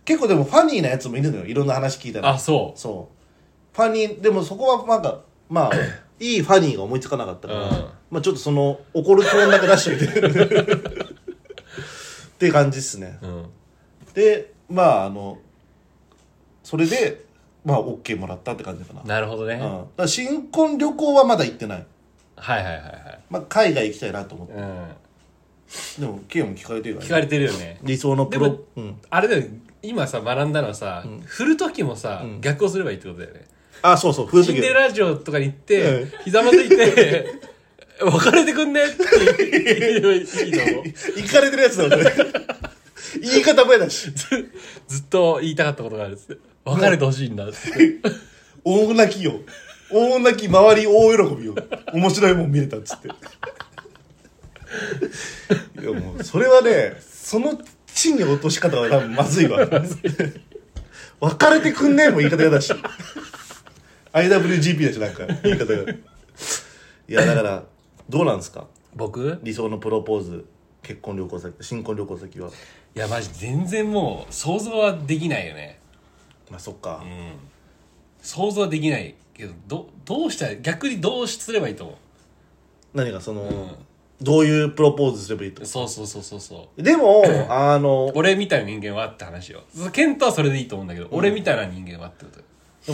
Speaker 2: 結構でもファニーなやつもいるのよいろんな話聞いたら
Speaker 1: あ、そう。
Speaker 2: そうファニーでもそこはなんかまあ いいファニーが思いつかなかったから、
Speaker 1: うん
Speaker 2: まあちょっとその怒る気温だけ出しといて って感じっすね
Speaker 1: うん。
Speaker 2: でまああのそれでまあ OK もらったって感じかな、うん、だ
Speaker 1: なるほどね。
Speaker 2: から新婚旅行はまだ行ってない、
Speaker 1: はいはいはいはい。
Speaker 2: まあ、海外行きたいなと思って
Speaker 1: うん。
Speaker 2: でもケイも聞かれてるか
Speaker 1: 聞
Speaker 2: ら、
Speaker 1: か
Speaker 2: ね、
Speaker 1: れてるよね。
Speaker 2: 理想のプロ
Speaker 1: でも
Speaker 2: うん
Speaker 1: あれだよ、今さ、学んだのはさ、振る時もさ、逆をすればいいってことだよね。
Speaker 2: あそうそう冬の
Speaker 1: シン
Speaker 2: 時
Speaker 1: デレラ城とかに行って、
Speaker 2: う
Speaker 1: ひざまずいて、 別れてくんねって言えばいいと思う。
Speaker 2: 行かれてるやつだも んね言い方もやだし
Speaker 1: ずずっと言いたかったことがあるっつって。別れてほしいんだっつって。
Speaker 2: 大泣きよ大泣き周り大喜びよ面白いもん見れたっつっていやもうそれはねその地に落とし方は多分まずいわ別れてくんねえも言い方やだし IWGP だしなんか言い方がいやだからどうなんですか
Speaker 1: 僕
Speaker 2: 理想のプロポーズ結婚旅行先新婚旅行先はい
Speaker 1: や、マジ全然もう想像はできないよね。
Speaker 2: まあそっか、
Speaker 1: 想像はできないけど、ど、どうしたら、逆にどうすればいいと思
Speaker 2: 何かその、どういうプロポーズすればいいと
Speaker 1: う。そうそうそうそうそう。
Speaker 2: でもあの
Speaker 1: 俺みたいな人間はって話よ。ケントはそれでいいと思うんだけど、俺みたいな人間はってことよ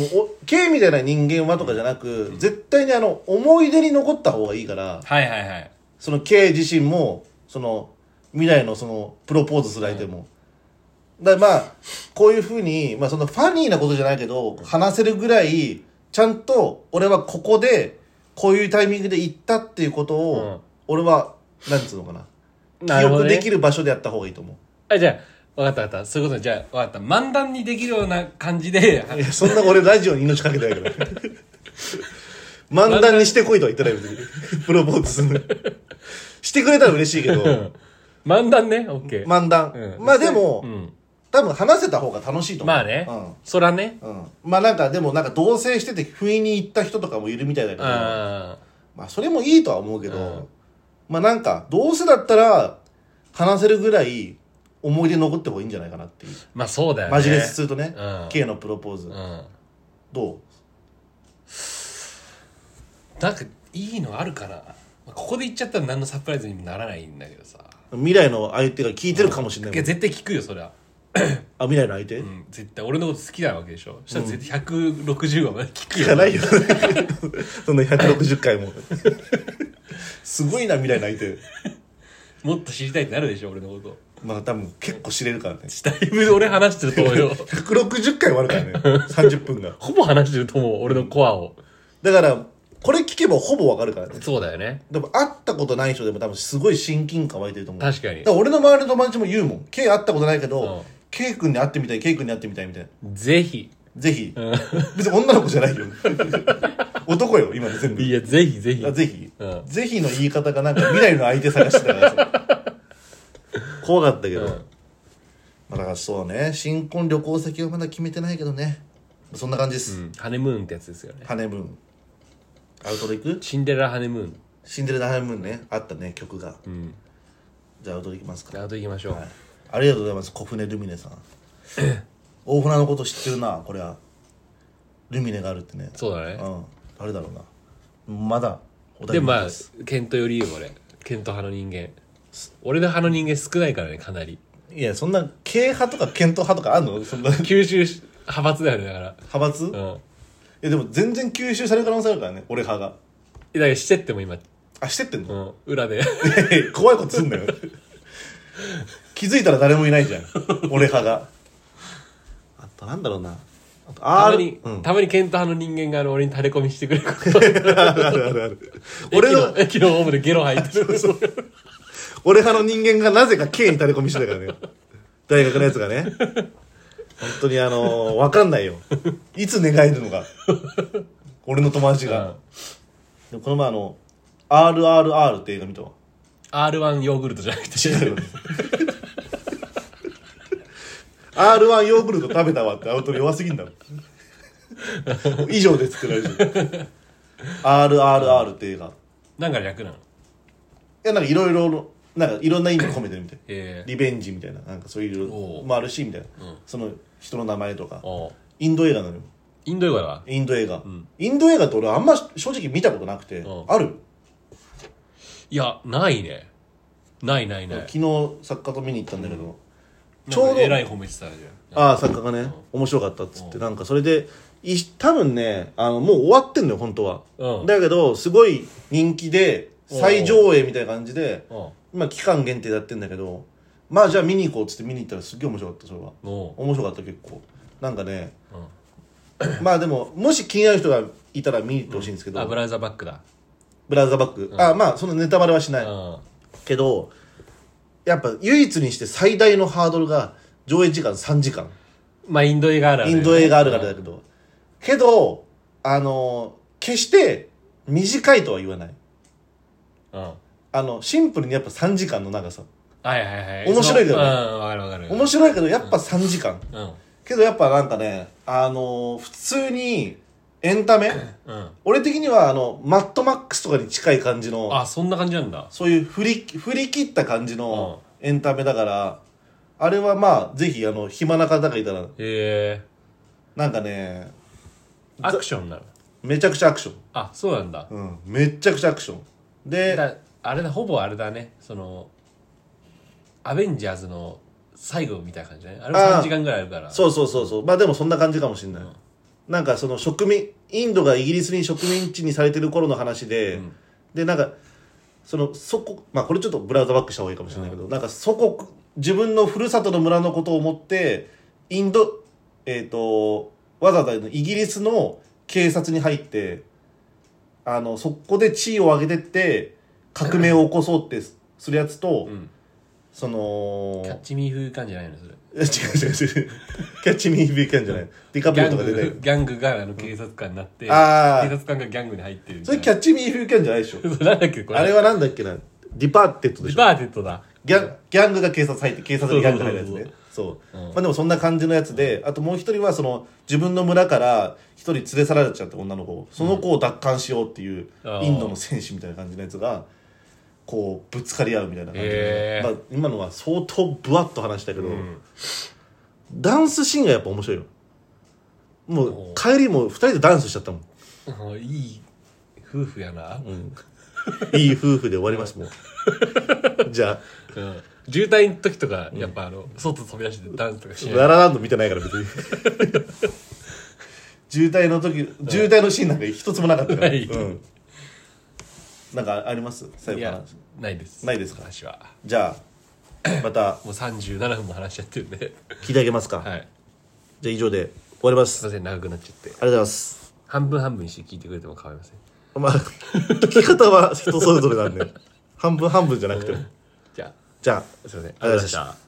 Speaker 2: でもお K みたいな人間はとかじゃなく、絶対にあの思い出に残った方がいいから
Speaker 1: はいはいはい。
Speaker 2: その K 自身もその未来のそのプロポーズする相手も、だからまあこういうふうに、まあ、そのファニーなことじゃないけど話せるぐらいちゃんと俺はここでこういうタイミングで行ったっていうことを、
Speaker 1: うん
Speaker 2: 俺はなんつうのかな記憶できる場所でやった方がいいと思う
Speaker 1: あ、じゃあ、わかったわかった。そういうことねじゃあ、わかった。漫談にできるような感じで、
Speaker 2: いやそんな俺ラジオに命かけてないから漫談にしてこいとは言ってない別にプロポーズするのしてくれたら嬉しいけど
Speaker 1: 漫談ね、オッケー。
Speaker 2: 漫談、
Speaker 1: うん
Speaker 2: まあでも、
Speaker 1: うん。
Speaker 2: 多分話せた方が楽しいと思う
Speaker 1: まあね
Speaker 2: うん。
Speaker 1: そらね。
Speaker 2: うん、まあなんかでもなんか同棲してて不意に行った人とかもいるみたいだけ
Speaker 1: う
Speaker 2: ど
Speaker 1: ん。あ
Speaker 2: まあそれもいいとは思うけど、
Speaker 1: うん
Speaker 2: まあなんかどうせだったら話せるぐらい思い出残ってもいいんじゃないかなっていう、
Speaker 1: まあそうだよね。
Speaker 2: マジレスするとね、
Speaker 1: うん
Speaker 2: K のプロポーズ、
Speaker 1: うん。
Speaker 2: どう
Speaker 1: なんか、いいのあるかな。ここで言っちゃったら何のサプライズにもならないんだけどさ。
Speaker 2: 未来の相手が聞いてるかもしれないもん
Speaker 1: いや、絶対聞くよ、そりゃ。
Speaker 2: あ未来の相手、
Speaker 1: うん。絶対、俺のこと好きなわけでしょ。そしたら絶対160話まで聞く
Speaker 2: 聞
Speaker 1: よ。
Speaker 2: かないよ そんな160回 もすごいな未来の相手
Speaker 1: もっと知りたいってなるでしょ、俺のこと。
Speaker 2: まあ多分結構知れるからね
Speaker 1: だいぶ俺話してると思うよ。
Speaker 2: 160回もあるからね30分が
Speaker 1: ほぼ話してると思う、俺のコアを。
Speaker 2: だからこれ聞けばほぼわかるからね
Speaker 1: そうだよね。
Speaker 2: でも会ったことない人でも多分すごい親近感湧いてると思う
Speaker 1: 確かに
Speaker 2: だら俺の周りの友達も言うもん K 会ったことないけ
Speaker 1: うん
Speaker 2: ど K 君に会ってみたい K 君に会ってみたいみたいな
Speaker 1: ぜひ。
Speaker 2: ぜひ、別に女の子じゃないよ男よ今の全部
Speaker 1: いや、ぜひぜひ
Speaker 2: あ。ぜひ、
Speaker 1: うん
Speaker 2: ぜひの言い方がなんか未来の相手探してたから さ怖かったけど、
Speaker 1: うん
Speaker 2: まあだからそうね新婚旅行先はまだ決めてないけどねそんな感じです、
Speaker 1: うんハネムーンってやつですよね。
Speaker 2: ハネムーンアウトド行く
Speaker 1: シンデレラハネムーン。
Speaker 2: シンデレラハネムーンねあったね曲が、
Speaker 1: ん
Speaker 2: じゃあアウトド行きますか、
Speaker 1: あと行きましょう。
Speaker 2: はい、ありがとうございます小船ルミ ネさん大船のこと知ってるなこれはルミネがあるってね
Speaker 1: そうだね。
Speaker 2: うん誰だろうなまだお題
Speaker 1: で
Speaker 2: 見て
Speaker 1: まあケントよりいいよ俺ケント派の人間俺の派の人間少ないからねかなり
Speaker 2: いや、そんな、慶派とか検討派とかあんのそんな、派
Speaker 1: 吸収し派閥だよねだから
Speaker 2: 閥、
Speaker 1: う
Speaker 2: い
Speaker 1: ん
Speaker 2: や、でも全然吸収される可能性あるからね、俺派が。
Speaker 1: だからしてっても今、
Speaker 2: あ、してってん
Speaker 1: う
Speaker 2: の、
Speaker 1: ん、裏で
Speaker 2: 怖いことすんなよ。気づいたら誰もいないじゃん。俺派が。あと、なんだろうな。あと、
Speaker 1: たま
Speaker 2: R
Speaker 1: に、
Speaker 2: うん。
Speaker 1: たまにケント派の人間があの俺に垂れ込みしてくれること
Speaker 2: あるあるあるある。俺の、
Speaker 1: 駅のホームでゲロ吐いてる
Speaker 2: 俺派の人間がなぜか K に垂れ込みしてたからね。大学のやつがね。本当にあのー、わかんないよ。いつ寝返るのか。俺の友達が。でもこの前あの「RRR」って映画見たわ
Speaker 1: R1 ヨーグルトじゃなくて
Speaker 2: 違 うよ R1 ヨーグルト食べたわってアウトロ弱すぎんだろ以上ですって言われる RRR って映画い
Speaker 1: なんか略なの
Speaker 2: やなんかいろいろなんかいろんな意味込めてるみたい
Speaker 1: ええ
Speaker 2: リベンジみたいななんかそういう
Speaker 1: お
Speaker 2: の
Speaker 1: う
Speaker 2: もあるしみたいな、その人の名前とか
Speaker 1: おう
Speaker 2: インド映画なのよ
Speaker 1: インド映画は
Speaker 2: インド映画、インド映画って俺あんま正直見たことなくて、
Speaker 1: うん
Speaker 2: ある
Speaker 1: いやないねないないない
Speaker 2: 昨日作家と見に行ったんだけど、
Speaker 1: ち
Speaker 2: ち
Speaker 1: ょ
Speaker 2: ょ
Speaker 1: う
Speaker 2: う
Speaker 1: ど
Speaker 2: ど
Speaker 1: えらい褒めてたじゃん
Speaker 2: ああ作家がね面白かったっつってなんかそれでい多分ねあのもう終わってんのよ本当は、
Speaker 1: うん
Speaker 2: だけどすごい人気で再上映みたいな感じで
Speaker 1: お
Speaker 2: 今期間限定でやってんだけどまあじゃあ見に行こうっつって見に行ったらすっげえ面白かったそれは
Speaker 1: おう
Speaker 2: 面白かった結構なんかね
Speaker 1: うん
Speaker 2: まあでももし気になる人がいたら見に行ってほしいんですけど、
Speaker 1: あブラウザーバックだ
Speaker 2: ブラウザーバック、あまあそのネタバレはしない、
Speaker 1: うん
Speaker 2: けどやっぱ唯一にして最大のハードルが上映時間3時間
Speaker 1: まあインド映画あるある
Speaker 2: イ
Speaker 1: だよ
Speaker 2: ン
Speaker 1: ね
Speaker 2: ド映画あるからだけど、けどあの決して短いとは言わない
Speaker 1: うんうん
Speaker 2: あのシンプルにやっぱ3時間の長さ
Speaker 1: はいはいはい
Speaker 2: 面白いけどね
Speaker 1: そのうんわかるわかる
Speaker 2: 面白いけどやっぱ3時間、
Speaker 1: うん
Speaker 2: けどやっぱなんかねあの普通にエンタメ
Speaker 1: うん
Speaker 2: 俺的にはあのマッドマックスとかに近い感じの
Speaker 1: あそんな感じなんだ
Speaker 2: そういう振り振り切った感じのエンタメだから、あれはまあぜひあの暇な方がいたら
Speaker 1: へえ
Speaker 2: なんかね
Speaker 1: アクションなの
Speaker 2: めちゃくちゃアクション、
Speaker 1: あそうなんだ
Speaker 2: うん、めちゃくちゃアクションで
Speaker 1: だあれだほぼあれだねそのアベンジャーズの最後みたいな感じだねあれも
Speaker 2: あー
Speaker 1: 3時間ぐらいあるから
Speaker 2: そうそうそうそうまあでもそんな感じかもしれない、なんかその植民インドがイギリスに植民地にされてる頃の話で、
Speaker 1: ん
Speaker 2: でなんかその祖国まあこれちょっとブラウザバックした方がいいかもしれないけど、なんか祖国自分のふるさとの村のことを思ってインドえっ、とわざわざイギリスの警察に入ってあのそこで地位を上げてって革命を起こそうってするやつと、
Speaker 1: ん
Speaker 2: その
Speaker 1: キャッチミー風感じゃないのそれ
Speaker 2: え違う違う違うキャッチミービーキャンじゃないディカプ
Speaker 1: ギ
Speaker 2: リ
Speaker 1: ャ
Speaker 2: オ
Speaker 1: ン
Speaker 2: とか出て
Speaker 1: グギャングがあの警察官になって、警
Speaker 2: あー
Speaker 1: 察官がギャングに入ってるみ
Speaker 2: そ
Speaker 1: たい
Speaker 2: れ
Speaker 1: な
Speaker 2: キャッチミービーキャンじゃないでしょ
Speaker 1: それなんだっけこれ
Speaker 2: あれはなんだっけなディパーテッドで
Speaker 1: ディ
Speaker 2: しょ
Speaker 1: パーテッドだ
Speaker 2: ギャンギャングが警察入って警察にギャング入るやつねそう、まあ、でもそんな感じのやつであともう一人はその自分の村から一人連れ去られちゃった女の子をその子を奪還しようっていう
Speaker 1: あー
Speaker 2: インドの戦士みたいな感じのやつがこうぶつかり合うみたいな感じで
Speaker 1: へ、
Speaker 2: ま
Speaker 1: ー
Speaker 2: あ、今のは相当ぶわっと話したけど、ダンスシーンがやっぱ面白いよもう
Speaker 1: お
Speaker 2: 帰りも2人でダンスしちゃったもん
Speaker 1: もういい夫婦やな、
Speaker 2: いい夫婦で終わりますもう じゃあ
Speaker 1: うん渋滞の時とかやっぱあの、外飛び出してダンスとかしない
Speaker 2: ララランド見てないから別に 渋滞の時渋滞のシーンなんか一つもなかったから、
Speaker 1: ない
Speaker 2: うん、なんかあります最
Speaker 1: い
Speaker 2: 後の
Speaker 1: や
Speaker 2: 話
Speaker 1: ないです
Speaker 2: ないですか
Speaker 1: 私は
Speaker 2: じゃあまた
Speaker 1: もう37分も話しちゃってるんで
Speaker 2: 聞いてあげますか、
Speaker 1: はい
Speaker 2: じゃあ以上で終わりま す
Speaker 1: すい
Speaker 2: あ
Speaker 1: ません長くなっちゃって
Speaker 2: りがとうございます
Speaker 1: 半分半分にして聞いてくれても構いません
Speaker 2: まあ聞き方は人それぞれなんで半分半分じゃなくても
Speaker 1: じゃあ
Speaker 2: じゃあ
Speaker 1: すいませんありがとう
Speaker 2: ありがとうござい
Speaker 1: ござい
Speaker 2: ま
Speaker 1: ました
Speaker 2: し
Speaker 1: た